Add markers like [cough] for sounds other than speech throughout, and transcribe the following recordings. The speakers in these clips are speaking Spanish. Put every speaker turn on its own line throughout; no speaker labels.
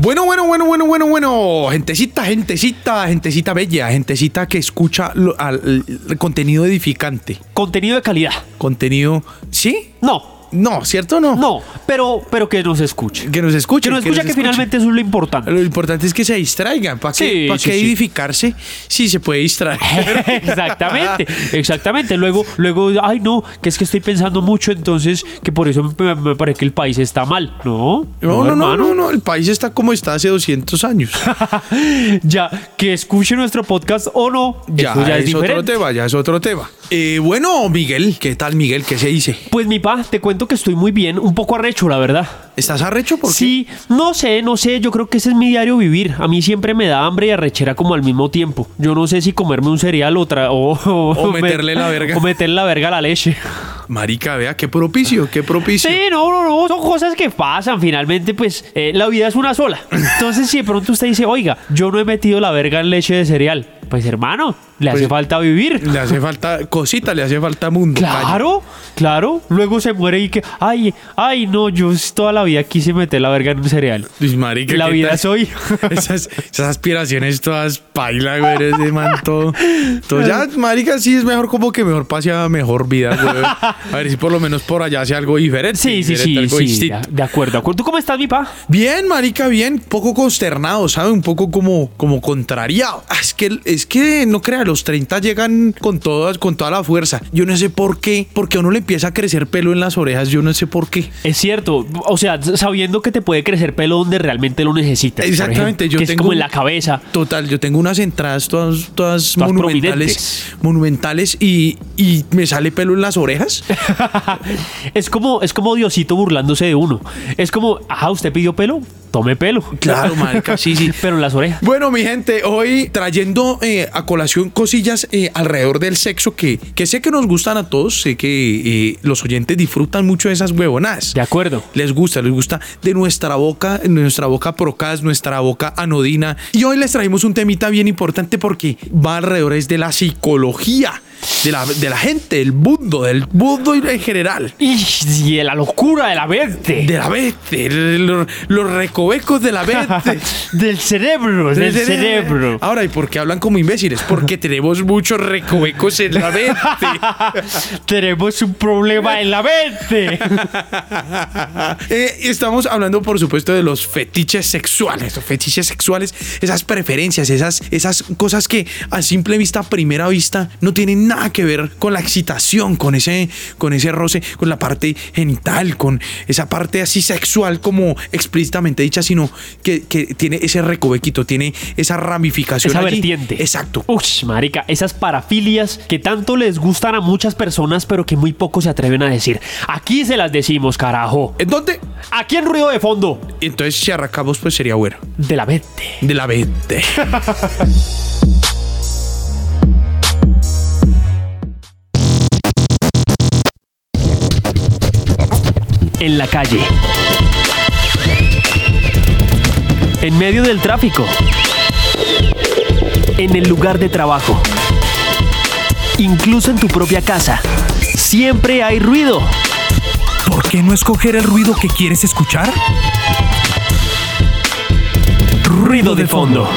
Bueno, bueno, bueno, bueno, bueno, bueno. Gentecita, gentecita, gentecita bella, gentecita que escucha lo- al, al contenido edificante.
Contenido de calidad.
Contenido. ¿Sí?
No,
No, ¿cierto o no?
no, pero, pero que nos escuche.
Que nos escuchen.
Que nos escuche, que finalmente eso es
[laughs]
lo importante.
Lo importante es que se distraigan. ¿Para qué,
Sí,
pa'
sí,
qué
sí. Eh,
edificarse si se puede distraer?
exactamente, exactamente. Luego, luego, ay no, que es que estoy pensando mucho, entonces que por eso me, me parece que el país está mal. No,
No, no, no,
hermano.
no, no, El país está como está hace 200 años.
[laughs] ya, que escuche nuestro podcast o no,
Ya,
eso ya es,
es, otro
diferente.
tema, ya es otro tema. Eh, bueno, Miguel, ¿qué tal, Miguel? ¿Qué se dice?
Pues mi pa, te cuento que estoy muy bien, un poco arrecho, la verdad.
¿Estás arrecho? ¿Por qué?
Sí, no sé, no sé, yo creo que ese es mi diario vivir. A mí siempre me da hambre y arrechera como al mismo tiempo. Yo no sé si comerme un cereal o, tra- o, [laughs]
O meterle la verga.
O meterle la verga a la leche.
[laughs] Marica, vea, qué propicio, qué propicio.
Sí, no, no, no, son cosas que pasan. Finalmente, pues, eh, la vida es una sola. Entonces, si de pronto usted dice, oiga, yo no he metido la verga en leche de cereal, pues, hermano, le hace
Pues-
falta vivir.
Le hace falta cosita, le hace falta mundo.
Claro, claro. Luego se muere y que, ay, ay, no, yo toda la vida quise meter la verga en un cereal.
Pues, marica,
La
¿qué
vida
tal? [laughs]
es hoy.
Esas, esas aspiraciones todas paila, güey, ese man todo. todo. Ya, marica, sí es mejor como que mejor pase a mejor vida, güey. A ver si por lo menos por allá hace algo diferente.
Sí, sí,
diferente,
sí,
algo
sí.
distinto.
De, de acuerdo, de acuerdo. ¿Tú cómo estás, mi pa?
Bien, marica, bien. Poco consternado, ¿sabe? Un poco como, como contrariado. Ah, Es que, es que, no crea, los 30 llegan con, todas, con toda la fuerza. Yo no sé por qué. Porque a uno le empieza a crecer pelo en las orejas. Yo no sé por qué.
Es cierto, o sea, sabiendo que te puede crecer pelo donde realmente lo necesitas. por
Exactamente,
ejemplo,
yo
que es
tengo-
como en la cabeza. [laughs]
Total, yo tengo unas entradas todas, todas,
Todas
monumentales, monumentales y, y me sale pelo en las
[laughs]
orejas.
es como es como Diosito burlándose de uno. Es como, ajá, usted pidió pelo, tome pelo.
Claro, marica, sí, sí.
[laughs] Pero en las orejas.
Bueno, mi gente, hoy trayendo eh, a colación cosillas eh, alrededor del sexo que, que sé que nos gustan a todos, sé que eh, los oyentes disfrutan mucho de esas huevonadas.
De acuerdo.
Les gusta, les gusta de nuestra boca, nuestra boca procas, nuestra boca anodina. Y hoy les traemos un temita bien importante porque va alrededor es de la psicología, de la, de la gente, del mundo, del mundo en general.
Ish, Y de la locura de la mente.
De la bestia, el- los, los recovecos de Ah. la bestia. eh,
del cerebro, [laughs] del cerebro.
Ahora, ¿y por qué hablan como imbéciles? Porque tenemos muchos recovecos en la
[laughs]
mente.
Tenemos un problema en la mente.
[laughs] Eh, estamos hablando, por supuesto, de los fetiches sexuales. Los fetiches sexuales, esas preferencias, esas, esas cosas que a simple vista, a primera vista, no tienen nada que ver con la excitación, con ese, con ese roce, con la parte genital, con esa parte así sexual como explícitamente dicha, sino que, que tiene ese recovequito, tiene esa ramificación.
Esa
allí.
vertiente.
Exacto.
Ush, marica, esas parafilias que tanto les gustan a muchas personas, pero que muy pocos se atreven a decir. Aquí se las decimos, carajo.
Entonces,
Aquí en ruido de fondo.
entonces si arrancamos, pues sería bueno.
De la mente.
De la mente.
En la calle. En medio del tráfico. En el lugar de trabajo. Incluso en tu propia casa. Siempre hay ruido.
¿Por qué no escoger el ruido que quieres escuchar?
Ruido de fondo.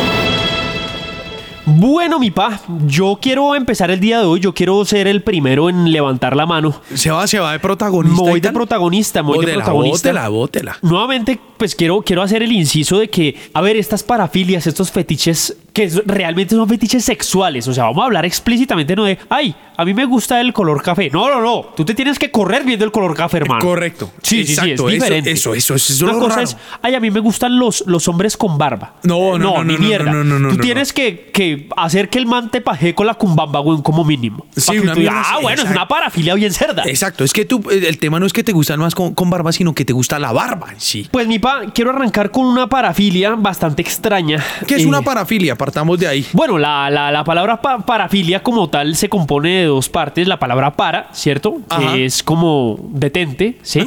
Bueno, mi pa, yo quiero empezar el día de hoy. Yo quiero ser el primero en levantar la mano.
Se va, se va de
Me
protagonista.
voy
y
de
tal.
protagonista, me voy de
Bótela,
protagonista.
bótela, bótela.
Nuevamente, pues quiero, quiero hacer el inciso de que, a ver, estas parafilias, estos fetiches, que es- realmente son fetiches sexuales. O sea, vamos a hablar explícitamente, no de, ay, a mí me gusta el color café. No, no, no. Tú te tienes que correr viendo el color café, hermano.
Correcto.
Sí, sí, sí, es
Exacto, eso-
diferente.
eso- eso- eso es
Una
lo
cosa
raro.
es, ay, a mí me gustan los, los hombres con barba.
No, no, no,
ni
no, no,
mierda.
no, no, no,
Tú
no,
tienes Que, que hacer que el man te paje con la cumbamba, güey, como mínimo.
Sí,
Pa' que
una
tú digas,
mierda
ah,
así,
bueno, es
exacto.
una parafilia bien cerda.
Exacto, es que tú, el el tema no es que te gustan más con, con barba, sino que te gusta la barba en sí.
Pues mi pa, quiero arrancar con una parafilia bastante extraña.
¿Qué es
Eh,
una parafilia? Partamos de
[laughs]
ahí.
Bueno, la, la- la palabra pa- parafilia como tal se compone de dos partes. La palabra para, ¿cierto?
Ajá.
Que es como detente,
[laughs]
¿sí?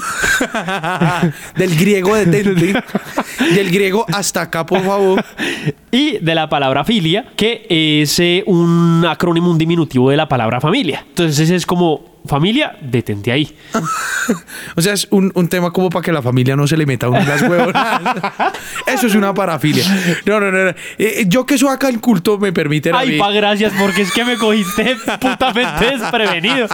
Del griego
[laughs]
detente. del griego hasta acá, por favor.
y de la palabra filia, que es eh, un acrónimo, un diminutivo de la palabra familia. Entonces es como familia, detente ahí.
O sea, es un, un tema como para que la familia no se le meta a uno en las huevonas. Eso es una parafilia. No, no, no. no. Eh, eh, yo que soy acá el culto me permite a
Ay,
mí-
pa, gracias, porque es que me cogiste putamente desprevenido.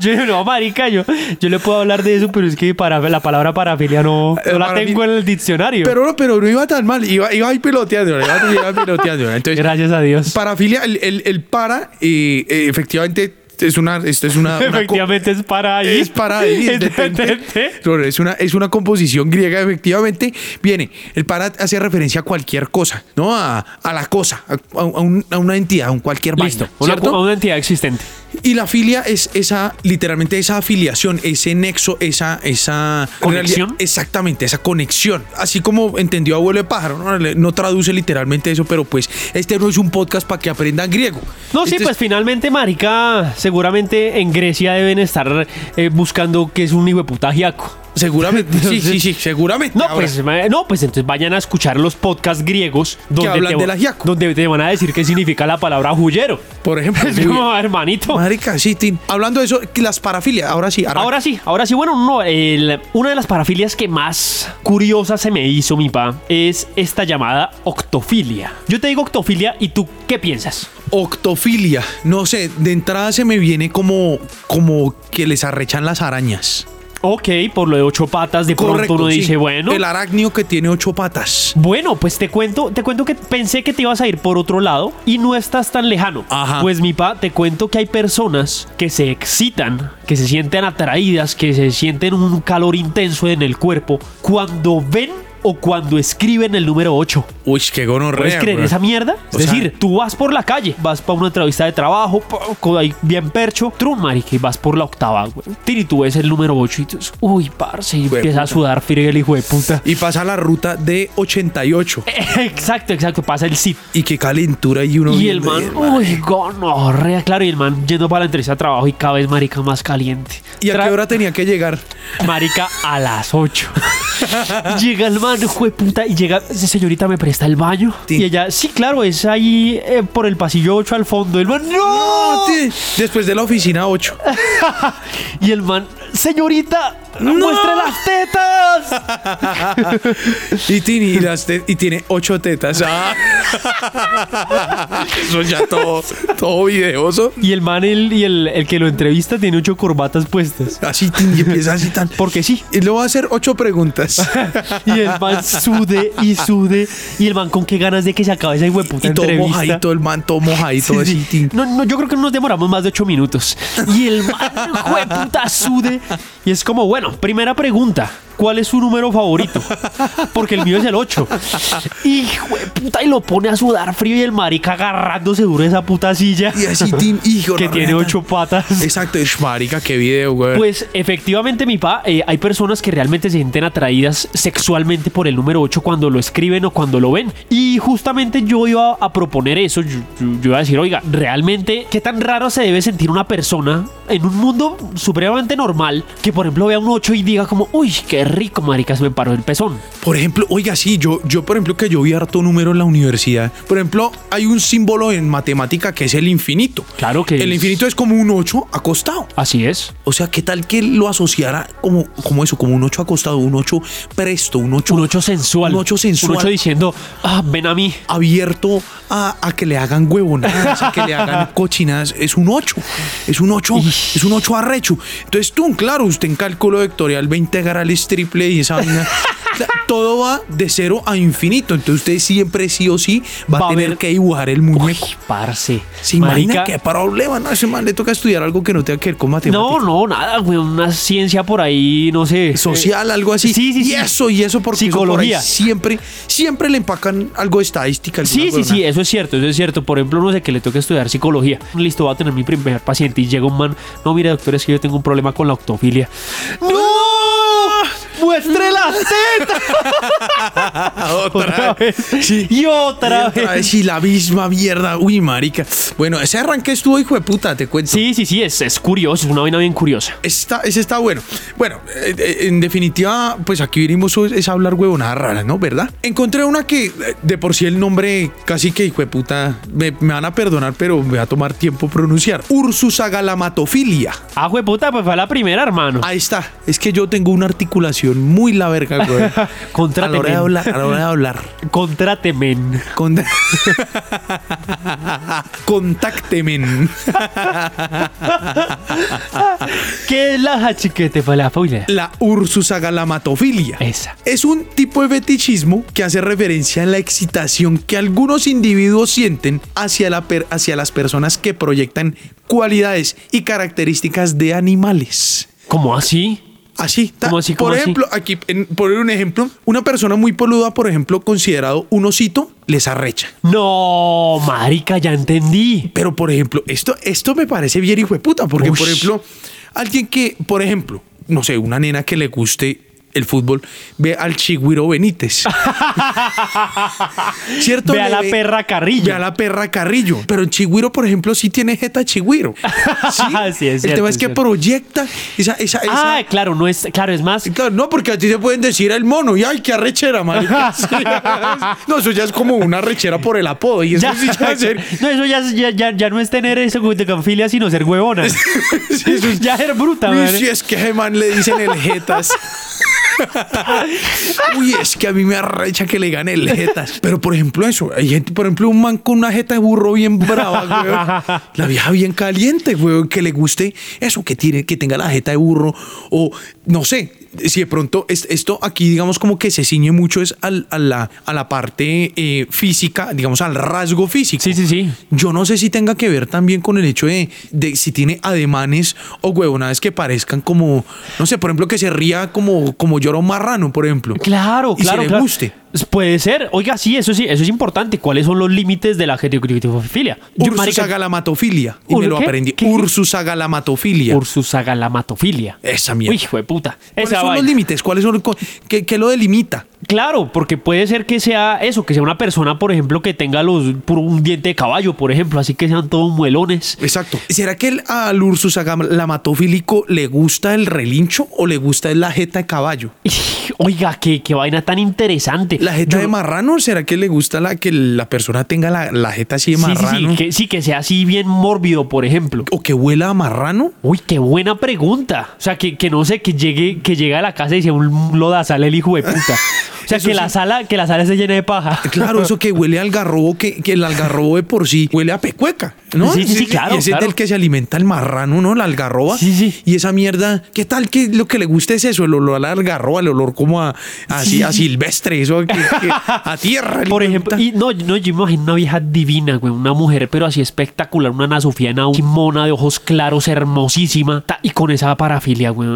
Yo dije, no, marica, yo, yo le puedo hablar de eso, pero es que para, la palabra parafilia no, no
Eh,
la
para mí-
tengo en el diccionario.
Pero no, pero no iba tan mal. Iba, iba ahí piloteando. Iba, iba piloteando. Entonces,
gracias a Dios.
parafilia, el, el- el para, eh, eh, efectivamente, es una. Esto es
[laughs]
una. una co-
Efectivamente es para ahí.
Es para ahí,
Es
detente.
detente.
Claro, es una, es una composición griega, efectivamente. Viene, el para hace referencia a cualquier cosa, ¿no? A, a la cosa, a, a un- a una entidad, a un cualquier
Listo,
vaina,
una,
¿cierto?
una entidad existente.
Y la filia es esa, literalmente esa afiliación, ese nexo, esa, esa
¿Conexión?
realidad- exactamente, esa conexión. Así como entendió abuelo de pájaro, no, Le- no traduce literalmente eso, pero pues este no es un podcast para que aprendan griego.
No,
Este
sí,
es-
pues finalmente, marica, seguramente en Grecia deben estar eh, buscando que es un hijo de puta giaco. [laughs]
Seguramente, sí, sí, sí, seguramente.
pues. No,
Ahora,
pues, ma- no, pues entonces vayan a escuchar los podcasts griegos donde
hablan
te,
del ajiaco.
donde te van a decir qué significa la palabra jullero.
Por ejemplo,
[laughs] Es como, hermanito.
Marica, sí, Tin. Hablando de eso, que las parafilias, ahora sí. arranca.
Ahora sí, ahora sí, bueno, no, el- una de las parafilias que más curiosa se me hizo, mi pa, es esta llamada octofilia. Yo te digo octofilia y tú, ¿qué piensas?
Octofilia. No sé, de entrada se me viene como, como que les arrechan las arañas.
Ok, por lo de ocho patas, de pronto uno
sí.
dice, bueno...
El arácnido que tiene ocho patas.
Bueno, pues te cuento, te cuento que pensé que te ibas a ir por otro lado y no estás tan lejano.
Ajá.
Pues mi pa, te cuento que hay personas que se excitan, que se sienten atraídas, que se sienten un calor intenso en el cuerpo cuando ven o cuando escriben el número 8.
Uy, qué gonorrea.
¿Puedes creer
bro.
esa mierda? Es
pues. O sea-
decir, tú vas por la calle, vas para una entrevista de trabajo, pa, co- ahí bien percho, trum, marica, y vas por la octava, güey. Tin, Y tú ves el número 8 y tú, dices, uy, parce, y
Hijo de
empieza a
puta.
sudar frío el hijo de puta.
Y pasa la ruta de 88.
[laughs] Eh. Exacto, exacto, pasa el sit.
Y qué calentura y uno.
Y el
viendo
man,
ahí,
uy, gonorrea, claro, y el man yendo para la entrevista de trabajo y cada vez marica más caliente.
¿Y a
Tra-
qué hora tenía que llegar?
[laughs] Marica a
[laughs]
las 8. llega el man, jueputa, y llega, "Sí, señorita, ¿me presta el baño?
Sí.
Y ella, sí, claro, es ahí eh, por el pasillo 8 al fondo. El man, ¡no!
No, tío. Ah, Después de la oficina 8.
Y el man, señorita, muestre las tetas.
Y tiene, y las te- y tiene ocho tetas. Ah. [laughs] Eso ya todo, todo videoso.
Y el man, el, y el, el que lo entrevista, tiene ocho corbatas puestas.
Así tin, y empieza así tan.
Porque sí,
Y le voy a hacer ocho
[laughs]
preguntas.
Y el man sude y sude. Y el man con qué ganas de que se acabe esa hueputa
Y todo
entrevista.
mojadito, el man todo mojadito
Sí,
así.
sí.
tin.
No, no, yo creo que no nos demoramos más de ocho minutos. Y el man, [laughs] hueputa, sude. Y es como, bueno, primera pregunta. ¿Cuál es su número favorito? Porque el mío es el 8. Y puta, y lo pone a sudar frío y el marica agarrándose duro de esa puta silla.
Y así, tin, hijo.
que
la
tiene
reta.
ocho patas.
Exacto, es marica, qué video, güey.
Pues efectivamente, mi pa, eh, hay personas que realmente se sienten atraídas sexualmente por el número 8 cuando lo escriben o cuando lo ven. Y justamente yo iba a proponer eso. Yo, yo- yo iba a decir, oiga, realmente, ¿qué tan raro se debe sentir una persona en un mundo supremamente normal que, por ejemplo, vea un 8 y diga como, uy, qué rico, maricas, me paró el pezón?
Por ejemplo, oiga, sí, yo, yo por ejemplo que yo vi harto número en la universidad. Por ejemplo, hay un símbolo en matemática que es el infinito.
Claro que
El
es.
infinito es como un 8 acostado.
Así es.
O sea, ¿qué tal que lo asociara como, como eso, como un 8 acostado, un 8 presto, un 8
Un 8 sensual.
Un ocho sensual.
Un 8 diciendo, ah, ven a mí.
abierto a, a que le hagan huevonadas, a que le
[laughs]
hagan cochinadas? Es un 8, es un 8, es un 8 arrecho. Entonces tú, claro, usted en cálculo vectorial va a integrar el triple y esa vaina. O sea, Todo va de cero a infinito. Entonces usted siempre sí o sí va,
Va a
a tener
haber-
que dibujar el
Uy,
muñeco.
parce.
¿Se imagina
marica,
qué problema? No, A ese man le toca estudiar algo que no tenga que ver con matemáticas.
No, no, nada, güey. Una ciencia por ahí, no sé.
social, algo así.
eh, sí, sí,
y
sí.
eso, y eso porque eso por ahí
Psicología.
siempre, siempre le empacan algo de estadística. alguna
Sí, sí,
huevona.
sí, eso es cierto, eso es cierto. Por ejemplo, no sé que le toca estudiar psicología. Listo, va a tener mi primer [laughs] paciente y llega un man. No, mira, doctor, es que yo tengo un problema con la octofilia. ¡No! muestre las [laughs] tetas.
otra vez. Sí.
Y otra
Y
vez.
Y la misma mierda. Uy, marica. Bueno, ese arranque estuvo, hijo de puta, te cuento.
Sí, sí, sí, es, es curioso, es una vaina bien curiosa.
Está, ese está bueno. Bueno, eh, eh, en definitiva, pues aquí vinimos es es a hablar huevonadas raras, ¿no? ¿Verdad? Encontré una que eh, de por sí el nombre casi que hijo de puta, me, me van a perdonar, pero me va a tomar tiempo pronunciar. Ursus agalamatofilia.
Ah, güey, puta, pues fue la primera, hermano.
Ahí está. Es que yo tengo una articulación muy la verga,
[laughs]
güey. Ah, a la
Contráteme.
hora de hablar, a la hora de hablar.
Contráteme.
[laughs] Con... Contáctemen.
¿Qué es la hachiquete para la familia?
La Ursus agalamatofilia.
Esa.
Es un tipo de fetichismo que hace referencia a la excitación que algunos individuos sienten hacia, la per- hacia las personas que proyectan cualidades y características de animales.
¿Cómo así?
Así, ta-
¿Cómo así, cómo
por
así?
ejemplo, aquí, en- por un ejemplo, una persona muy poluda, por ejemplo, considerado un osito, les arrecha.
No, marica, ya entendí.
Pero, por ejemplo, esto, esto me parece bien hijo de puta, porque, por
Ush.
ejemplo, alguien que, por ejemplo, no sé, una nena que le guste el fútbol, ve al Chigüiro
[laughs]
Benítez. ¿Cierto?
Ve a
Le
la perra Carrillo.
Ve a la perra Carrillo. Pero el Chigüiro, por ejemplo, sí tiene jeta Chigüiro.
[laughs] Sí, es
El
cierto,
tema es
es
que
cierto.
proyecta esa... esa, esa-
Ah, claro, no es, claro, es más.
Claro, no, porque a ti se pueden decir el mono y ay, qué arrechera, marica. [laughs]
[laughs]
Sí. No, eso ya es como una arrechera por el apodo y eso
Ya,
sí [laughs] ya es ser-
no, eso ya, ya, ya, ya no es tener eso de canfilia, sino ser
[laughs]
huevona.
Sí, eso es-
ya ser bruta,
Uy,
man.
si es que a ese man le dicen el Jetas. Uy, es que a mí me arrecha que le gane el Jetas. Pero por ejemplo, eso, hay gente, por ejemplo, un man con una jeta de burro bien brava, weón. La vieja bien caliente, weón, que le guste eso, que, tiene, que tenga la jeta de burro. O no sé, si de pronto es- esto aquí, digamos, como que se ciñe mucho es al- a, la, a la parte eh, física, digamos, al rasgo físico.
Sí, sí, sí.
Yo no sé si tenga que ver también con el hecho de, de si tiene ademanes o huevonadas que parezcan como, no sé, por ejemplo, que se ría como, como lloro marrano, por ejemplo.
Claro,
Y
claro,
si le
claro. Pues
guste.
Puede ser. Oiga, sí, eso sí, eso es importante. ¿Cuáles son los límites de la genitofilia?
Ursus agalamatofilia. Y
¿Ur-
me lo
qué?
aprendí.
¿Qué?
Ursus agalamatofilia.
Ursus agalamatofilia.
Esa mierda.
Uy, hijo de puta.
¿Cuáles
Esa
son los
vaina.
límites? ¿Cuáles son los co- qué, qué lo delimita?
Claro, porque puede ser que sea eso, que sea una persona, por ejemplo, que tenga los por un diente de caballo, por ejemplo, así que sean todos muelones.
Exacto. ¿Será que el, al Ursus agalamatofílico le gusta el relincho o le gusta la jeta de caballo?
Oiga, qué, qué vaina tan interesante.
¿La jeta
Yo-
de marrano? ¿Será que le gusta la que la persona tenga la, la jeta así de
Sí, sí,
marrano?
sí, que, sí, que sea así bien mórbido, por ejemplo.
o que huela a marrano?
Uy, qué buena pregunta. O sea, que, que no sé, que llegue, que llegue a la casa y sea un lodazal el hijo de puta. O sea,
[laughs] Eso
que
sí.
la sala, que la sala se llene de paja.
Claro, eso que huele al garrobo, que, que el algarrobo de por sí huele a pecueca, ¿no?
Sí, sí, sí, claro,
Y ese
claro.
es del que se alimenta el marrano, ¿no? La algarroba.
Sí, sí.
Y esa mierda, ¿qué tal que lo que le gusta es eso? El olor a la algarroba, el olor como a, a,
Sí.
a silvestre, eso que- que- a tierra.
[laughs] Por
hijo de
ejemplo,
puta.
y no, no, yo me imagino una vieja divina, güey, una mujer, pero así espectacular, una Ana Sofía Henao, mona de ojos claros, hermosísima, ta- y con esa parafilia, güey.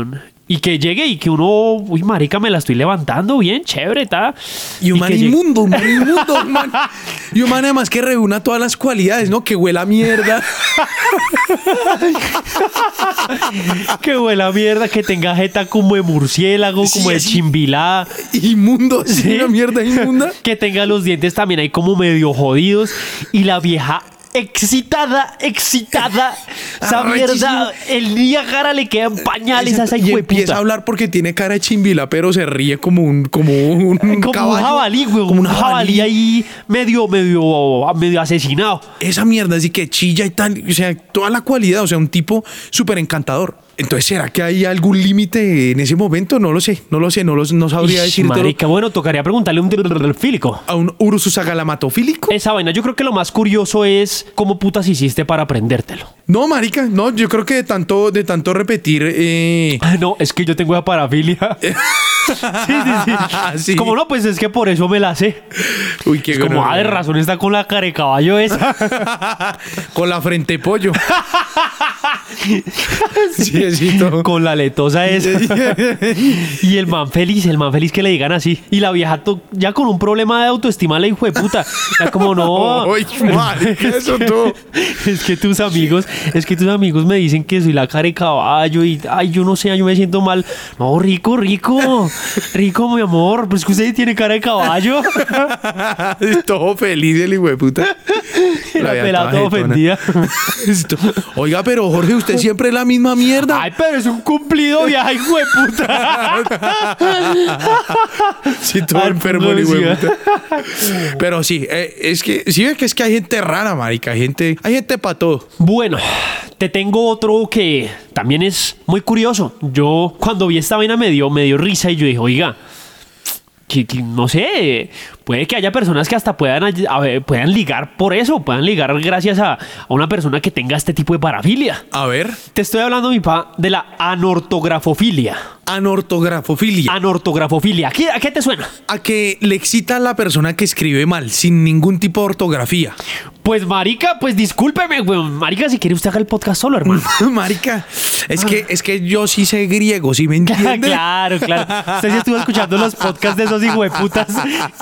Y que llegue y que uno, uy, marica, me la estoy levantando bien, chévere, ta.
Y un man
que llegue-
inmundo, un man inmundo, un man. Y un man además que reúna todas las cualidades, ¿no? Que huela a mierda. [laughs]
Que huela a mierda, que tenga jeta como de murciélago,
Sí,
como de
sí.
chimbilá.
Inmundo, sí,
Sí.
una mierda inmunda.
[laughs] Que tenga los dientes también ahí como medio jodidos. Y la vieja excitada, excitada. Esa mierda, el Niagara le queda en pañales a esa
y
hijueputa.
empieza a hablar porque tiene cara de chimbila, pero se ríe como un, como un,
[laughs] Como un
caballo.
jabalí, güey.
Como un
un jabalí
jabalí.
ahí medio, medio, medio asesinado.
Esa mierda así que chilla y tal. O sea, toda la cualidad. O sea, un tipo súper encantador. Entonces, ¿será que hay algún límite en ese momento? No lo sé, no lo sé, no, lo, no sabría
Ish,
decirte
marica, bueno, tocaría preguntarle a un fílico.
a un Ursus agalamatofílico.
Esa vaina, yo creo que lo más curioso es cómo putas hiciste para aprendértelo.
No, marica, no, yo creo que de tanto, de tanto repetir. eh,
Ah, No, es que yo tengo
[laughs]
esa parafilia. sí, sí, sí.
Ah, Sí.
Como no, pues es que por eso me la sé.
Uy, qué
Es como,
gonorrea.
ah,
[laughs]
de razón está con la cara de caballo esa.
Con la frente pollo. [laughs] sí, tibiecito.
[laughs] Con la letosa esa.
[laughs]
y el man feliz, el man feliz que le digan así. Y la vieja to- ya con un problema de autoestima, la hijo de puta. Ya como
[laughs]
no.
Ay,
[laughs]
marica, eso tú.
Es que tus amigos, es que tus amigos me dicen que soy la cara de caballo y ay, yo no sé, yo me siento mal. No, rico, rico, rico, mi amor. Pues que usted tiene cara de caballo.
[laughs] Todo feliz el hijo de puta.
[laughs] La
vieja
pelada toda
jetona.
ofendida.
[laughs] Esto- Oiga, pero Jorge, usted siempre es la misma mierda.
Ay, pero es un cumplido viaje, hijo de puta.
Sí, todo
Ay,
enfermo,
no,
el hijo de
sí.
puta. Pero sí, eh, es que, sí ves que es que hay gente rara, marica. Hay gente, hay gente para todo.
[laughs] Bueno, te tengo otro que también es muy curioso. Yo cuando vi esta vaina me dio, me dio risa y yo dije, oiga, que, que no sé, puede que haya personas que hasta puedan, ay- a ver, puedan ligar por eso, puedan ligar gracias a, a una persona que tenga este tipo de parafilia.
A ver,
Te estoy hablando, mi pa, de la anortografofilia.
anortografofilia.
Anortografofilia. ¿Qué- ¿A qué te suena?
a que le excita a la persona que escribe mal, sin ningún tipo de ortografía. [laughs]
Pues, marica, pues discúlpeme, weón. Marica, si quiere usted haga el podcast solo, hermano.
Marica, es que, es que yo sí sé griego, ¿sí me
[laughs]
entiende?
Ah, claro, claro. Usted sí estuvo escuchando los podcasts de esos hijueputas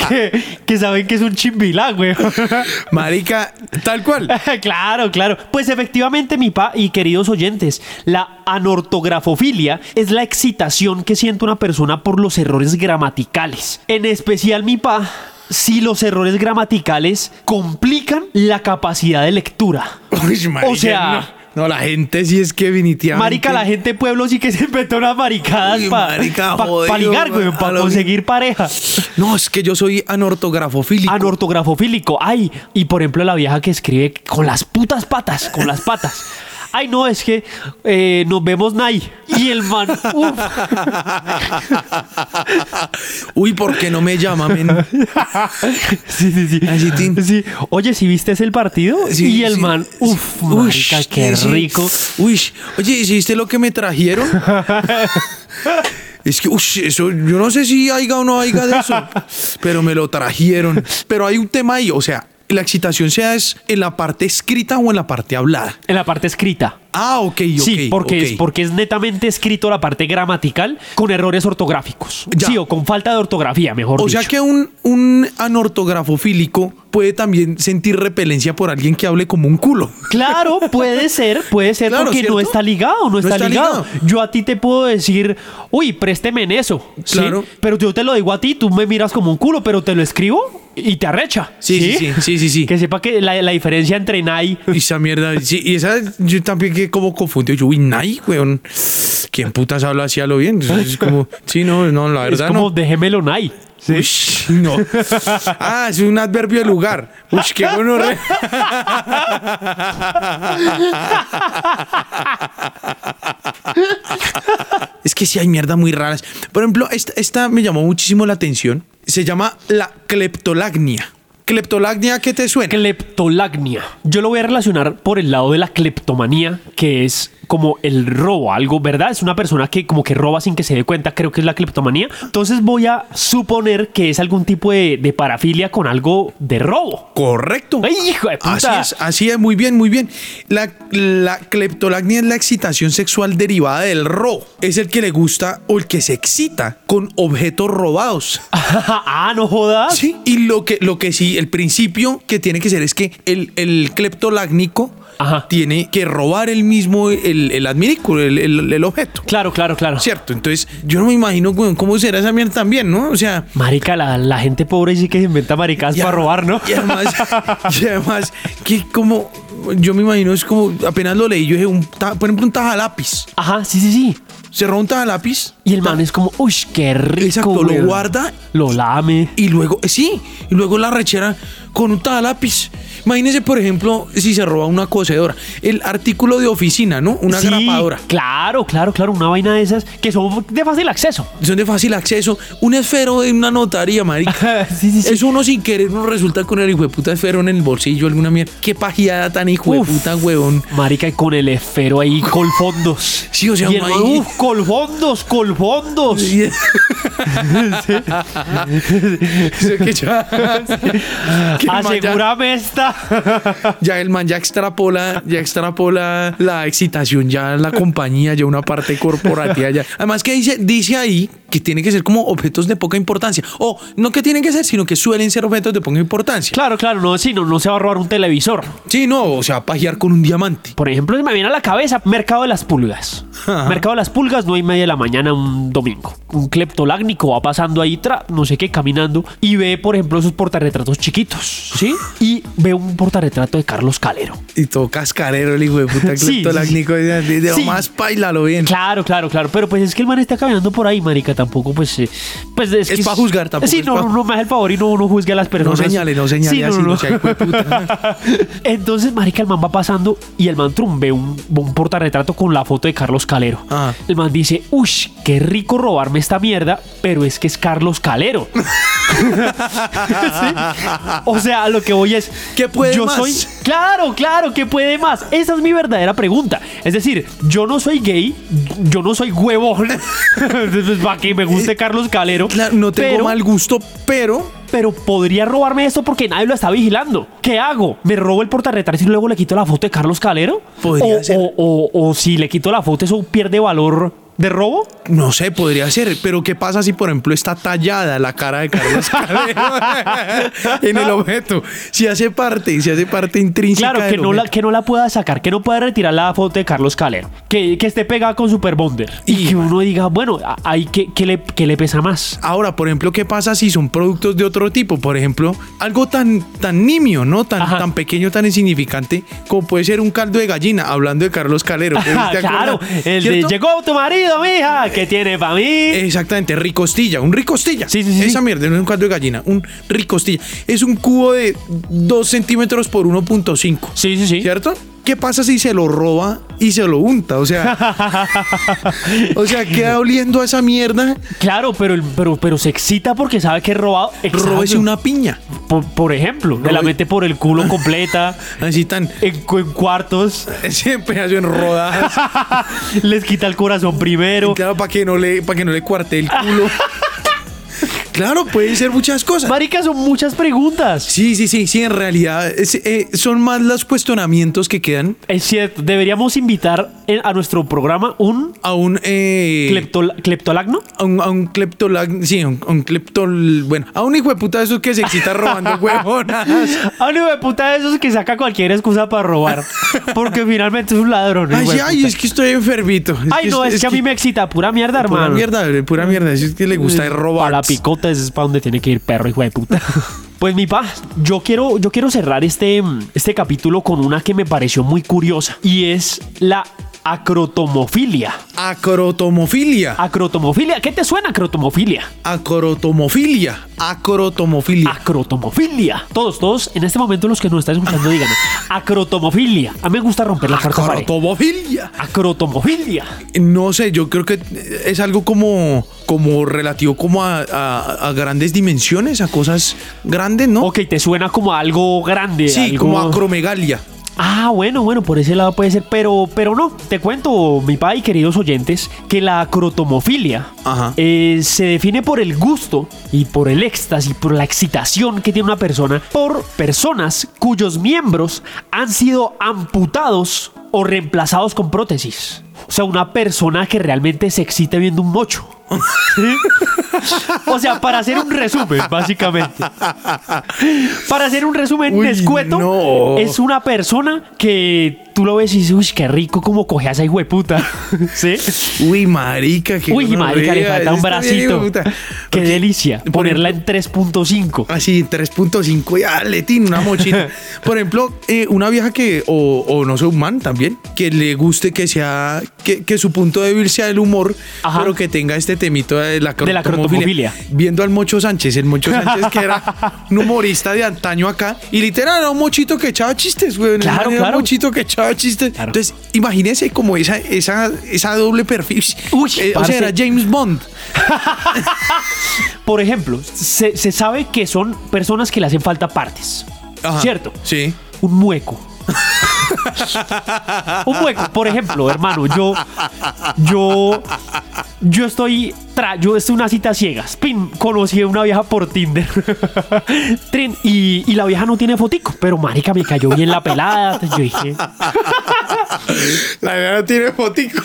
que, que saben que es un chimbilá, güey. [laughs]
Marica, tal cual.
claro, claro. Pues efectivamente, mi pa y queridos oyentes, la anortografofilia es la excitación que siente una persona por los errores gramaticales. En especial, mi pa, si los errores gramaticales complican la capacidad de lectura.
Uy, marica,
O sea-
no. No, la gente sí es que definitivamente.
Marica, la gente pueblo sí que se inventó unas maricadas
Uy,
para
marica, jodido,
ligar, güey,
a
para
lo-
conseguir pareja.
No, es que yo soy anortografofílico.
Anortografofílico. Ay, y por ejemplo la vieja que escribe con las putas patas, con las patas. Ay, no, es que eh, nos vemos Nay. Y el man, uf.
[laughs] Uy, ¿por qué no me llama, men?
Sí, sí, sí.
Ay, [laughs] sí, tin.
Sí. Oye, si viste el partido?
Sí,
y el
sí,
man,
sí.
uf,
Uy,
marica, qué
sí.
rico.
Uy, oye, ¿hiciste lo que me
[laughs]
trajeron? Es que, uy, eso, yo no sé si haya o no haya de eso, pero me lo trajeron. Pero hay un tema ahí, o sea, la excitación sea es en la parte escrita o en la parte hablada.
En la parte escrita.
Ah, ok, ok.
sí, porque,
ok.
Es, porque es netamente escrito la parte gramatical con errores ortográficos.
Ya.
Sí, o con falta de ortografía, mejor
O
dicho.
sea que un, un anortografofílico puede también sentir repelencia por alguien que hable como un culo.
Claro, puede ser, puede ser
Claro,
porque
¿cierto?
no está ligado, no, está,
está
ligado.
ligado.
Yo a ti te puedo decir, uy, présteme en eso. ¿sí?
Claro.
Pero yo te lo digo a ti, tú me miras como un culo, pero te lo escribo y te arrecha.
Sí, sí, sí, sí, sí, sí.
Que sepa que la, la diferencia entre Nai.
Y esa mierda, sí, y esa, yo también que como confundido, yo, uy, Nike, weón, ¿quién putas habla así a lo bien? Entonces, Es como, sí, no, no, la
Es
verdad
como
no.
déjemelo Nai.
[laughs] Ush, no. Ah, es un adverbio de lugar. Uy, qué bueno. re- Es que sí hay mierda muy raras. Por ejemplo, esta, esta me llamó muchísimo la atención. Se llama la cleptolagnia. ¿Cleptolagnia qué te suena?
Cleptolagnia. Yo lo voy a relacionar por el lado de la cleptomanía, que es como el robo, algo, ¿verdad? Es una persona que como que roba sin que se dé cuenta, creo que es la cleptomanía. Entonces voy a suponer que es algún tipo de, de parafilia con algo de robo. [laughs]
Correcto.
¡Ay, hijo de
Así
puta!
es, así es, muy bien, muy bien. La, la cleptolagnia es la excitación sexual derivada del robo. Es el que le gusta o el que se excita con objetos robados.
ah, no jodas.
Sí, y lo que, lo que sí, el principio que tiene que ser es que el, el cleptolagnico
Ajá.
tiene que robar el mismo, el, el adminículo, el, el- el objeto.
Claro, claro, claro.
¿Cierto? Entonces, yo no me imagino weón, cómo será esa mierda también, ¿no? O sea,
Marica, la, la gente pobre sí que se inventa maricadas
y
para
además-
robar, ¿no?
Y además, y además, que como, yo me imagino, es como, apenas lo leí, yo dije, un ta- por ejemplo, un tajalápiz.
Ajá, sí, sí, sí.
Se roba un tajalápiz
Y el man es como, uy, qué rico.
Exacto, lo
weón".
guarda.
Lo lame.
y luego, eh, sí, y luego la rechera con un tajalápiz. Imagínense, por ejemplo, si se roba una cosedora, el artículo de oficina, ¿no? Una
Sí,
grapadora.
Claro, claro, claro, una vaina de esas que son de
[laughs]
fácil acceso.
Son de fácil acceso. Un esfero de una notaría, marica.
Sí, [laughs] sí, sí.
Es uno sin querer, uno resulta con el hijo de puta esfero en el bolsillo, alguna mierda. Qué pajeada tan hijo de
Uf.
puta, huevón.
Marica, y con el esfero ahí, colfondos.
Sí, o sea,
y el
uno
man,
ahí-
uf, colfondos, colfondos.
[laughs] Sí. Eso que yo- man ya-
Asegúrame esta.
Ah,
[laughs]
Ya el man ya extrapola, ya extrapola la excitación, ya la compañía, ya una parte corporativa. Ya. Además que dice, dice ahí que tienen que ser como objetos de poca importancia. O no que tienen que ser, sino que suelen ser objetos de poca importancia.
claro, claro, no, sí, no, no se va a robar un televisor.
Sí, no, o sea, pajear con un diamante.
Por ejemplo, se me viene a la cabeza Mercado de las Pulgas.
Ajá.
Mercado de las Pulgas, no hay media de la mañana un domingo. Un cleptolágnico va pasando ahí, tra- no sé qué, caminando y ve, por ejemplo, sus portarretratos chiquitos, ¿sí? Y ve un portarretrato de Carlos Calero.
Y todo cascarero el hijo de puta
Sí, sí, sí.
cleptolácnico. De, de- de
Sí.
más pailalo bien.
Claro, claro, claro. Pero pues es que el man está caminando por ahí, marica. Tampoco, pues. eh, pues es
Es
que
pa' juzgar, tampoco
Sí,
es
no,
pa-
no, no me hace el favor y no, no juzgue a las personas.
señale, no señale así, no sea hijo de puta.
[laughs] Entonces, marica, el man va pasando y el man trum ve un, un portarretrato con la foto de Carlos Calero.
Ajá.
El man dice, uy, qué rico robarme esta mierda, pero es que es
[laughs]
Carlos Calero. [laughs] Sí. O sea, lo que voy es.
¿Qué puede
yo
más?
soy. Claro, claro, ¿qué puede más? Esa es mi verdadera pregunta. Es decir, yo no soy gay, yo no soy huevón. [laughs] Para que me guste Carlos Calero.
Claro, no tengo
pero-
mal gusto, pero
pero podría robarme esto porque nadie lo está vigilando. ¿Qué hago? ¿Me robo el portarretrato y luego le quito la foto de Carlos Calero?
Podría
o,
ser.
o- o- o si le quito la foto, eso pierde valor de robo.
no sé, podría ser. Pero ¿qué pasa si, por ejemplo, está tallada la cara de
[laughs]
Carlos Calero [laughs] en el objeto? Si hace parte, si hace parte intrínseca.
Claro, que
del
no, la,
objeto.
que no la pueda sacar, que no pueda retirar la foto de Carlos Calero, que, que esté pegada con Super Bonder. Y,
Y-
que uno diga, bueno, a- ahí que, que le, que le pesa más.
Ahora, por ejemplo, ¿qué pasa si son productos de otro tipo? Por ejemplo, algo tan, tan nimio, ¿no? Tan,
Ajá.
tan pequeño, tan insignificante, como puede ser un caldo de gallina, hablando de Carlos Calero.
[laughs]
¿te acuerdas?
claro, el
¿Cierto?
de llegó tu marido, mija, que tiene para mí.
Eh, Exactamente, ricostilla, un ricostilla.
Sí, sí, sí,
Esa
sí.
mierda, no es un caldo de gallina, un ricostilla. Es un cubo de 2 centímetros por 1.5.
sí, sí, sí.
¿Cierto? ¿Qué pasa si se lo roba y se lo unta? O sea, o
[laughs]
sea, queda oliendo a esa mierda.
[laughs] Claro, pero, el- pero, pero se excita porque sabe que es robado.
Róbese
Exacto.
una piña.
Por, por ejemplo, me la
Roy.
mete por el culo completa,
Así tan.
en, cu- en cuartos, [laughs]
Ese pedazo en rodajas.
les quita el corazón
[laughs]
primero.
Claro, para que no le, para que no le cuarte el
[laughs]
culo. claro, pueden ser muchas cosas.
Marica, son muchas preguntas.
Sí, sí, sí, sí, en realidad es- eh, son más los cuestionamientos que quedan
Es cierto, deberíamos invitar en- a nuestro programa un
a un, eh,
cleptol- cleptolagno.
a un, a un cleptolag, sí, a un, a un cleptol, bueno, a un hijo de puta de esos que se excita
[laughs]
robando huevonas.
A un Ah, hijo de puta de esos que saca cualquier excusa para robar.
[laughs]
Porque finalmente es un ladrón. hijo
Ay,
de
sí,
puta.
ay, es que estoy enfermito. Es
Ay,
que-
no, es, que, a mí me excita. Pura mierda,
Pura
hermano. Mm,
mierda, pura mierda. Es que le gusta es robar.
Para la picota es para donde tiene que ir perro, hijo de puta. Pues mi pa, yo quiero, yo quiero cerrar este, mm, este capítulo con una que me pareció muy curiosa y es la acrotomofilia.
Acrotomofilia.
Acrotomofilia, ¿qué te suena acrotomofilia?
Acrotomofilia. Acrotomofilia.
Acrotomofilia. Todos, todos, en este momento los que nos están escuchando digan acrotomofilia. A mí me gusta romper la carta pared.
Acrotomofilia.
Acrotomofilia.
No sé, yo creo que es algo como, como relativo como a, a- a grandes dimensiones, a cosas grandes, ¿no?
Ok, te suena como a algo grande.
Sí,
algo-
como acromegalia.
Ah, bueno, bueno, por ese lado puede ser, pero, pero no, te cuento, mi pa y queridos oyentes, que la acrotomofilia
Ajá.
eh, se define por el gusto y por el éxtasis, por la excitación que tiene una persona por personas cuyos miembros han sido amputados o reemplazados con prótesis. O sea, una persona que realmente se excita viendo un mocho. ¿Sí? O sea, para hacer un resumen, básicamente. Para hacer un resumen
Uy,
escueto,
no.
es una persona que tú lo ves y dices, uy, qué rico como coge a esa hijueputa. [laughs] ¿Sí?
Uy, marica, que
Uy, marica, le falta un bracito. Qué delicia.
Por
Ponerla
ejemplo-
en 3.5.
Así, 3.5 y aletín, una
[laughs]
mochila. Por ejemplo, eh, una vieja que, o, o no sé, un man también, que le guste que sea, que, que su punto débil sea el humor,
Ajá.
pero que tenga este temito de la
De la
crotomofilia.
crotomofilia.
Viendo al Mocho Sánchez, el Mocho Sánchez que
[laughs]
era un humorista de antaño acá, y literal era un mochito que echaba chistes, güey.
Claro,
Era
claro.
Un mochito que echaba chistes.
Claro.
Entonces, imagínense como esa, esa, esa doble perfil.
Uy,
Eh, o sea,
parce.
era James Bond.
Por ejemplo, se, se sabe que son personas que le hacen falta partes.
Ajá.
¿Cierto?
Sí.
un mueco. [laughs] un mueco, por ejemplo, hermano, yo, yo, yo estoy, tra yo estoy en una cita a ciegas. Pin, conocí a una vieja por Tinder. [laughs] Trin, y, y la vieja no tiene fotico, pero marica, me cayó bien la pelada. Yo dije,
La verdad no tiene fotico.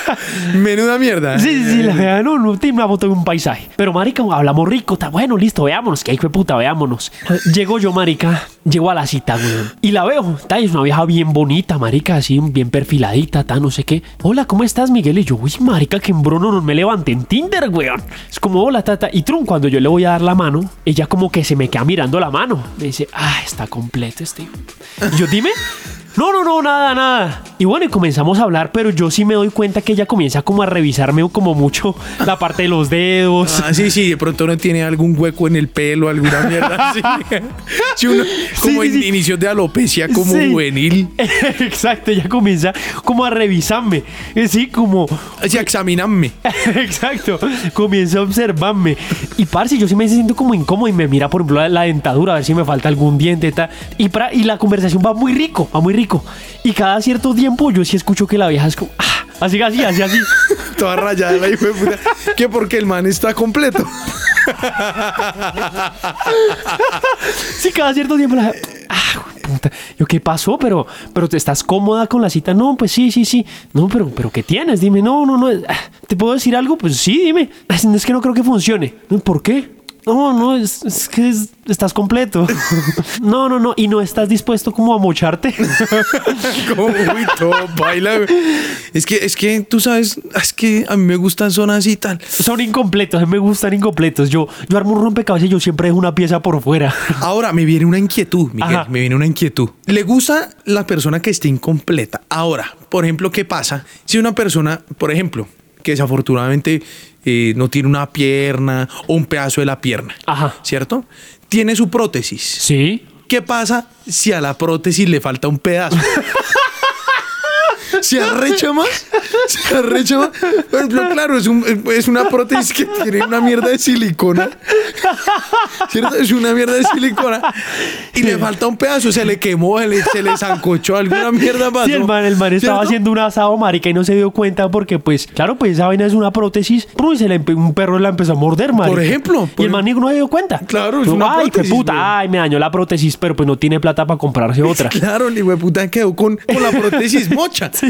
[laughs] Menuda mierda.
[laughs] sí, sí, sí, la vieja no, no tiene una foto de un paisaje. Pero marica, hablamos rico, está bueno, listo, veámonos, que ahí fue puta, veámonos. Llego yo, marica, llego a la cita, weón. Y la veo, está, es una vieja bien bonita, marica, así, bien perfiladita, ta, no sé qué. Hola, ¿cómo estás, Miguel? Y yo, uy, marica, que en Bruno no me levante en Tinder, weón. Es como, hola, tata. Y Trun, cuando yo le voy a dar la mano, ella como que se me queda mirando la mano. Me dice, ah, está completo este. hijo". Y yo, dime. No, no, no, nada, nada. Y bueno, y comenzamos a hablar, pero yo sí me doy cuenta que ella comienza como a revisarme como mucho la parte de los dedos.
Ah, sí, sí, de pronto no tiene algún hueco en el pelo, alguna mierda
[laughs]
así. Sí, uno- como
sí,
in-
sí.
inicio de alopecia como
Sí.
juvenil.
[laughs] Exacto, ella comienza como a revisarme. Eh, Sí, como, [laughs]
Así, examiname.
Exacto, comienza a observarme. Y parce, yo sí me siento como incómodo y me mira, por ejemplo, la, la dentadura, a ver si me falta algún diente. ta. Y, pra- y la conversación va muy rico, va muy rico. Y cada cierto tiempo yo sí escucho que la vieja es como, "Ah", así, así, así, así.
Toda rayada la hijo de puta. Que porque el man está completo.
Sí, cada cierto tiempo la. Ah, güey, puta. Yo, ¿qué pasó? Pero, pero te estás cómoda con la cita. No, pues sí, sí, sí. No, pero, pero ¿qué tienes? Dime, no, no, no. Ah, ¿Te puedo decir algo? Pues sí, dime. "Ah, Es que no creo que funcione. "No, ¿Por qué? No, no, es, es que es- estás completo. [laughs] No, no, no. Y no estás dispuesto como a
[laughs]
mocharte. [laughs]
Como, uy, todo baila. güey. Es que, es que tú sabes, es que a mí me gustan zonas y tal.
Son incompletos, a mí me gustan incompletos. Yo, yo armo un rompecabezas y yo siempre dejo una pieza por fuera.
Ahora me viene una inquietud, Miguel.
Ajá.
Me viene una inquietud. Le gusta la persona que esté incompleta. Ahora, por ejemplo, ¿qué pasa si una persona, por ejemplo, que desafortunadamente eh, no tiene una pierna o un pedazo de la pierna,
Ajá.
¿cierto? Tiene su prótesis.
Sí.
¿Qué pasa si a la prótesis le falta un pedazo? ¿Se arrecha más? ¿Se arrecha más? Por ejemplo, claro, es, un- es una prótesis que tiene una mierda de silicona. ¿Cierto? Es una mierda de silicona. Y le falta un pedazo, se le quemó, se le, se le zancochó, alguna mierda más.
Sí, el man, el man estaba haciendo un asado, marica, y no se dio cuenta porque, pues, claro, pues esa vaina es una prótesis. ¡pum! Y se le empe- un perro la empezó a morder, marica.
ejemplo,
Y
por
el man ni- no se dio cuenta.
Claro, es
Yo,
una
Ay, qué
prótesis,
puta,
weón".
ay, me dañó la prótesis, pero pues no tiene plata para comprarse
[laughs]
otra.
Claro, el hijo de puta quedó con, con la prótesis mocha.
[laughs]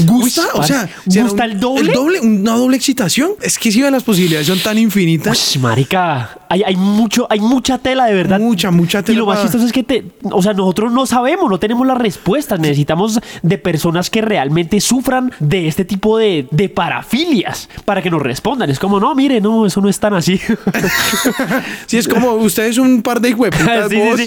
¿Gusta?
Uy,
o sea,
parce,
¿será
¿gusta
un-
el doble?
una doble excitación. Es que si las posibilidades son tan infinitas.
Ush, marica, hay, hay mucho, hay mucha tela de verdad.
Mucha, mucha
Y
tela
lo más
pa-
chistoso es que te, o sea, nosotros no sabemos, no tenemos las respuestas. Necesitamos de personas que realmente sufran de este tipo de, de parafilias para que nos respondan. Es como, no, mire, no, eso no es tan así. [laughs]
Sí, es como ustedes un par de hueputas
[laughs] Sí, sí,
vos.
sí.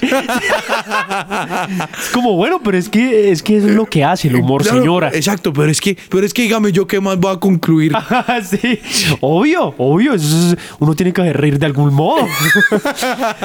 Es como, bueno, pero es que, es que eso es lo que hace el humor,
Claro,
señora. Ah.
Exacto, pero es que, pero es que dígame yo qué más voy a concluir.
[laughs] sí, obvio, obvio. eso es- uno tiene que reír de
[laughs]
algún modo.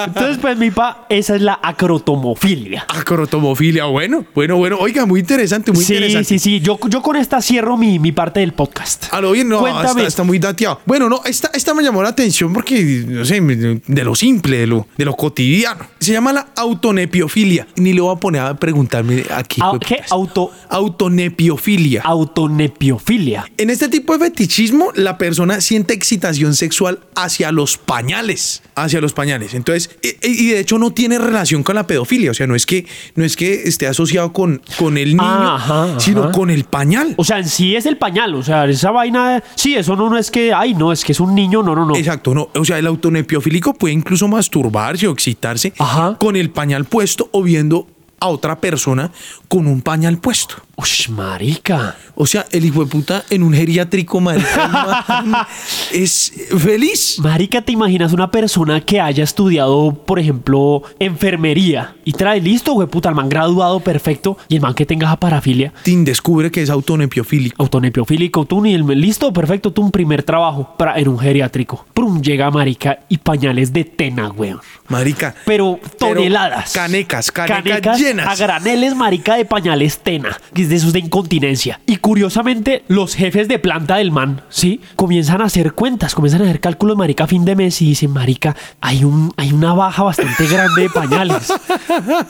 Entonces, pues, mi pa, esa es la acrotomofilia.
Ah, Acrotomofilia, bueno, bueno, bueno. Oiga, muy interesante, muy
Sí,
interesante. Ah,
sí, sí. Yo, yo con esta cierro mi, mi parte del podcast.
A lo bien, no,
Cuéntame.
está, está muy dateado. Bueno, no, esta, esta me llamó la atención porque, no sé, me- de lo simple, de lo, de lo cotidiano. Se llama la autonepiofilia. Ni le voy a poner a preguntarme aquí.
Au-
hueputas.
Ah, ¿qué? Auto-
Autonepiofilia.
Autonepiofilia.
En este tipo de fetichismo, la persona siente excitación sexual hacia los pañales. Hacia los pañales. Entonces, y, y de hecho no tiene relación con la pedofilia. O sea, no es que, no es que esté asociado con, con el niño,
Ah, Ajá, ajá.
sino con el pañal.
O sea, en sí es el pañal. O sea, esa vaina. Sí, eso no, no es que. Ay, no, es que es un niño. No, no, no.
Exacto, no. O sea, el autonepiofílico puede incluso masturbarse o excitarse
Ajá.
con el pañal puesto o viendo a otra persona con un pañal puesto.
Ush, marica.
O sea, el hijo de puta en un geriátrico, marica, el
[laughs]
man es feliz.
Marica, ¿te imaginas una persona que haya estudiado, por ejemplo, enfermería y trae listo, güey, puta, el man graduado perfecto y el man que tenga esa parafilia?
Tin descubre que es autonepiofílico.
Autonepiofílico, tú y el listo, perfecto, tú un primer trabajo para, en un geriátrico. Prum, llega marica y pañales de tena, güey.
Marica.
Pero
pero
toneladas.
canecas, canecas, llenas.
A graneles, marica, de pañales tena. Y ataques de esos de incontinencia. Y curiosamente, los jefes de planta del man, ¿sí? Comienzan a hacer cuentas, comienzan a hacer cálculos, marica, a fin de mes y dicen, marica, hay, un, hay una baja bastante grande de pañales.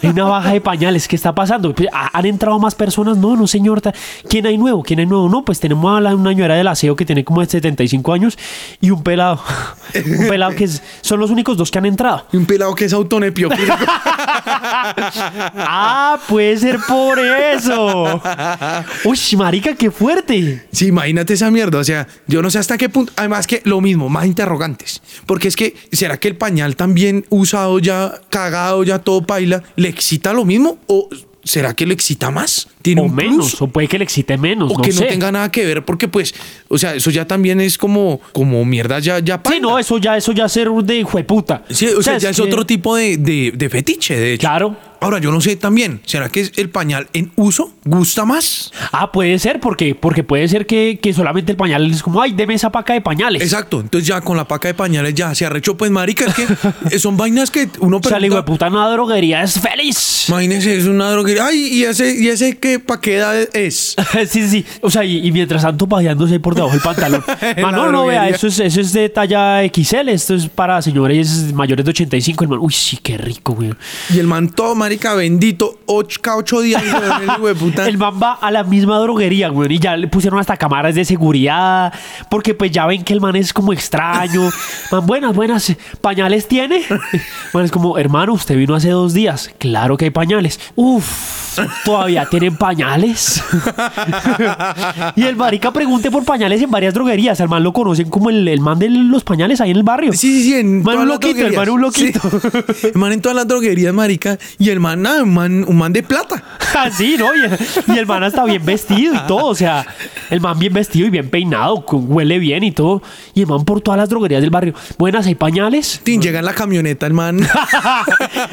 Hay una baja de pañales. ¿Qué está pasando? Pues, ¿ha- ¿Han entrado más personas? No, no, señor. ta- ¿Quién hay nuevo? ¿Quién hay nuevo? No, pues tenemos a la, una señora del aseo que tiene como de 75 años y un pelado. [laughs] Un pelado que es- son los únicos dos que han entrado.
Y un pelado que es autonepio.
Ah, puede ser por eso. Uy, marica, qué fuerte.
Sí, imagínate esa mierda. O sea, yo no sé hasta qué punto. Además que lo mismo, más interrogantes. Porque es que, ¿será que el pañal también usado ya, cagado ya, todo paila, le excita lo mismo? ¿O será que le excita más? ¿Tiene
O
un plus?
menos, o puede que le excite menos,
O
no
que
sé.
no tenga nada que ver, porque pues, o sea, eso ya también es como, como mierda ya, ya
Sí,
paila.
no, eso ya, eso ya ser un de jueputa.
Sí, o sea, ya es
que-
otro tipo de, de- de fetiche, de hecho.
Claro.
Ahora, yo no sé también, ¿será que el pañal en uso gusta más?
Ah, puede ser, porque, porque puede ser que, que solamente el pañal es como, ay, deme esa paca de pañales.
Exacto, entonces ya con la paca de pañales ya se arrechó, pues marica, es
[laughs]
que son vainas que uno
O sea, le
pregunta,
puta, una droguería es feliz. [laughs]
imagínese, es una droguería, ay, y ese, y ese que pa' qué edad es.
sí, sí, sí. O sea, y, y mientras tanto pajeándose ahí por debajo del pantalón.
[laughs] En la
Mano, no,
droguería.
vea, eso es, eso es de talla XL. Esto es para señores mayores de 85, hermano. Uy, sí, qué rico, güey.
Y el man todo, marica, bendito, ocho, cada ocho días, weón, el [laughs] hijo de puta.
[laughs] El man va a la misma droguería, güey. Y ya le pusieron hasta cámaras de seguridad. Porque pues ya ven que el man es como extraño. Man, buenas, buenas. ¿Pañales tiene? [laughs] Man, es como, hermano, usted vino hace dos días. Claro que hay pañales. Uf, todavía tienen pañales. [laughs] y el marica pregunte por pañales en varias droguerías. Al man lo conocen como el, el man de los pañales ahí en el barrio.
Sí, sí, sí, en
Man,
todas
un
las
loquito, el man, un
droguerías.
loquito.
Sí. [laughs] El man en todas las droguerías, marica, y el man, nada, un man, un man de plata.
[laughs] Ah, sí, ¿no? Y, y el man hasta bien vestido y todo. O sea, el man bien vestido y bien peinado, con- huele bien y todo. Y el man por todas las droguerías del barrio. Buenas, ¿hay pañales? [laughs]
Tin, llega en la camioneta, el man.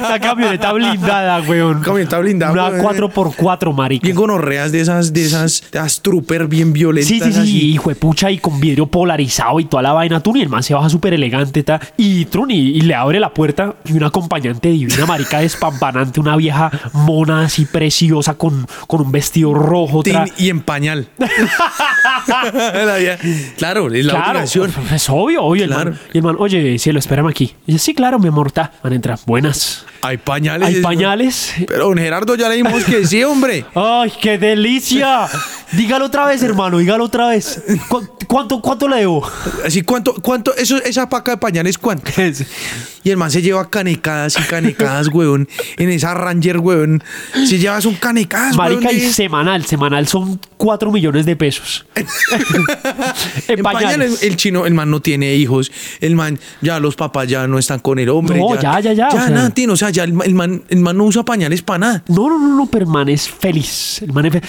La camioneta blindada, weón.
Camioneta blindada,
Una
weón.
4x4, marica.
Bien gonorreas de esas, de esas, de esas trooper bien violentas.
Sí, sí, sí,
así.
hijo de pucha, y con vidrio polarizado y toda la vaina, Tuni. El man se baja súper elegante ta, y Truni y le abre la puerta y una acompañante divina, marica despampanante, una vieja mona así preciosa con, con un vestido rojo.
Tin,
tra-
y en
[laughs]
pañal. La vida- claro, es la
Claro,
obligación.
[laughs] es obvio, obvio. el man-
Claro.
y el man, oye, cielo, espérame aquí. Y dice, sí, claro, mi amor, ta. Man entra, buenas.
Hay pañales.
Hay
es-
pañales.
Pero don Gerardo ya le dimos que sí, hombre.
¡Ay, qué
[laughs]
delicia! Dígalo otra vez, hermano, dígalo otra vez. ¿Cu- ¿Cuánto, cuánto le debo?
Así, ¿cuánto, cuánto, eso, esa paca de pañales, cuánto? Y el man se lleva canecadas y canecadas, weón. En esa Ranger, weón. Si llevas un canecadas,
Marica,
weón.
y
de-
semanal, semanal son 4 millones
[laughs]
de pesos. en
En pañales,
pañales.
el chino, el man no tiene hijos, el man, ya los papás ya no están con el hombre.
No, ya, ya, ya,
Ya,
o sea.
nada, tiene, o sea, ya el, ma- el man, el man no usa pañales para nada.
No, no, no, no, pero el man es feliz. El man es fe-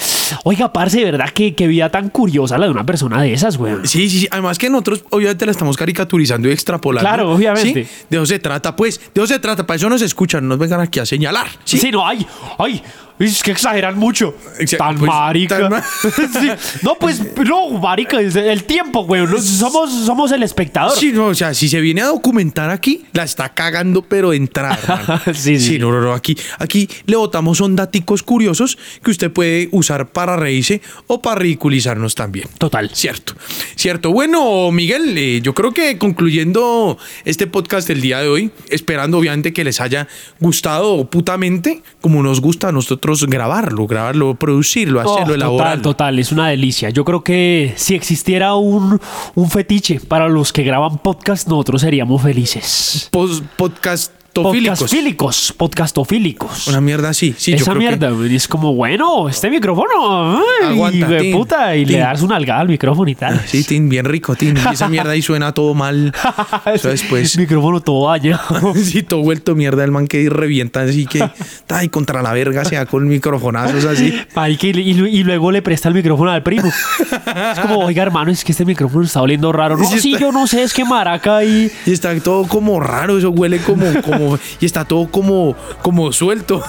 Oiga, parce, de verdad, qué, qué vida tan curiosa la de una persona de esas, weón.
Sí, sí, sí. Además que nosotros obviamente la estamos caricaturizando y extrapolando.
Claro, obviamente.
¿sí? De eso se trata, pues. De eso se trata. Para eso nos escuchan, no nos vengan aquí a señalar.
Sí,
Sí.
no, ay, ay, es que exageran mucho.
Exa-
tan
pues,
marica.
tan ma-
[laughs] Sí, No, pues, no, marica, es el tiempo, güey. no, somos, somos el espectador.
Sí, no, o sea, si se viene a documentar aquí, la está cagando, pero de entrada.
[laughs]
hermano.
Sí, sí.
no, no, no, Aquí, aquí le botamos son daticos curiosos que usted puede usar para reírse o para ridiculizarnos también.
Total.
Cierto, cierto. Bueno, Miguel, eh, yo creo que concluyendo este podcast del día de hoy, esperando obviamente que les haya gustado putamente, como nos gusta a nosotros grabarlo, grabarlo, producirlo,
Oh,
hacerlo,
total,
elaborarlo.
total, es una delicia. Yo creo que si existiera un, un fetiche para los que graban podcast, nosotros seríamos felices.
Pos- Podcastofílicos.
Podcastfílicos, podcastofílicos.
Una mierda así. Sí, yo
Esa
creo
mierda, güey, es como, bueno, este micrófono, ay,
Aguanta,
güey,
tin,
puta, y le
tin.
das una algada al micrófono y tal.
Que, sí, tin, bien rico, tin. Y esa mierda ahí suena todo
[laughs]
mal. [laughs] Entonces, pues.
micrófono todo dañado.
[laughs] Sí, todo vuelto mierda el man que revienta así que, ay, contra la verga se da con microfonazos así.
Marica, y, y lu- y luego le presta el micrófono al primo. Es como, oiga, hermano, es que este micrófono está oliendo raro. No,
Sí,
sí,
está-
yo no sé, es que maraca ahí.
Y está todo como raro, eso huele como, como, y está todo como, como suelto.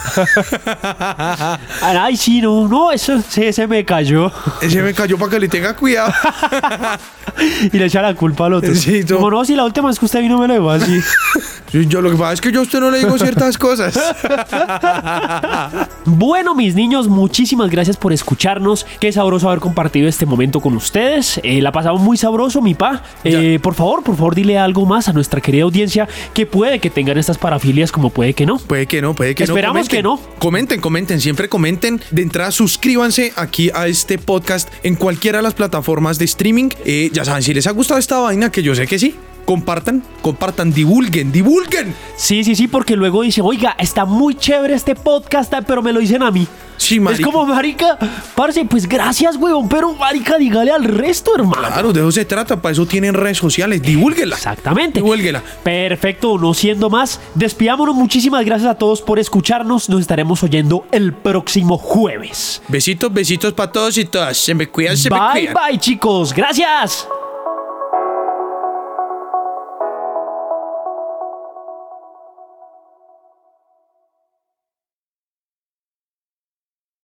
Ay, sí, no, no, eso se, se me
[laughs]
cayó. [laughs]
Ese me cayó para que le tenga cuidado.
Y le echa la culpa al otro.
Sí, no.
Como, no, si la última vez que usted vino me lo dejó así.
Yo, yo lo que pasa es que yo a usted no le digo ciertas cosas.
Bueno, mis niños, muchísimas gracias por escucharnos. Qué sabroso haber compartido este momento con ustedes. Eh, la pasamos muy sabroso, mi pa. Eh, por favor, por favor, dile algo más a nuestra querida audiencia que puede que tengan estas parafilias como puede que no.
Puede que no, puede que
Esperamos
no.
que no.
Comenten, comenten, siempre comenten. De entrada, suscríbanse aquí a este podcast en cualquiera de las plataformas de streaming. Eh, ya saben, si les ha gustado esta vaina, que yo sé que sí, compartan, compartan, divulguen, divulguen.
Sí, sí, sí, porque luego dicen, oiga, está muy chévere este podcast, pero me lo dicen a mí.
Sí, marica.
Es como, marica, parce, pues gracias, huevón, pero marica, dígale al resto, hermano.
Claro, Ah, de eso se trata, para eso tienen redes sociales, divulguenla.
Exactamente.
Divulguenla.
Perfecto, no siendo más, despidámonos. Muchísimas gracias a todos por escucharnos. Nos estaremos oyendo el próximo jueves.
Besitos, besitos para todos y todas. Se me cuidan, se me
Bye,
cuidan.
bye, chicos. Gracias.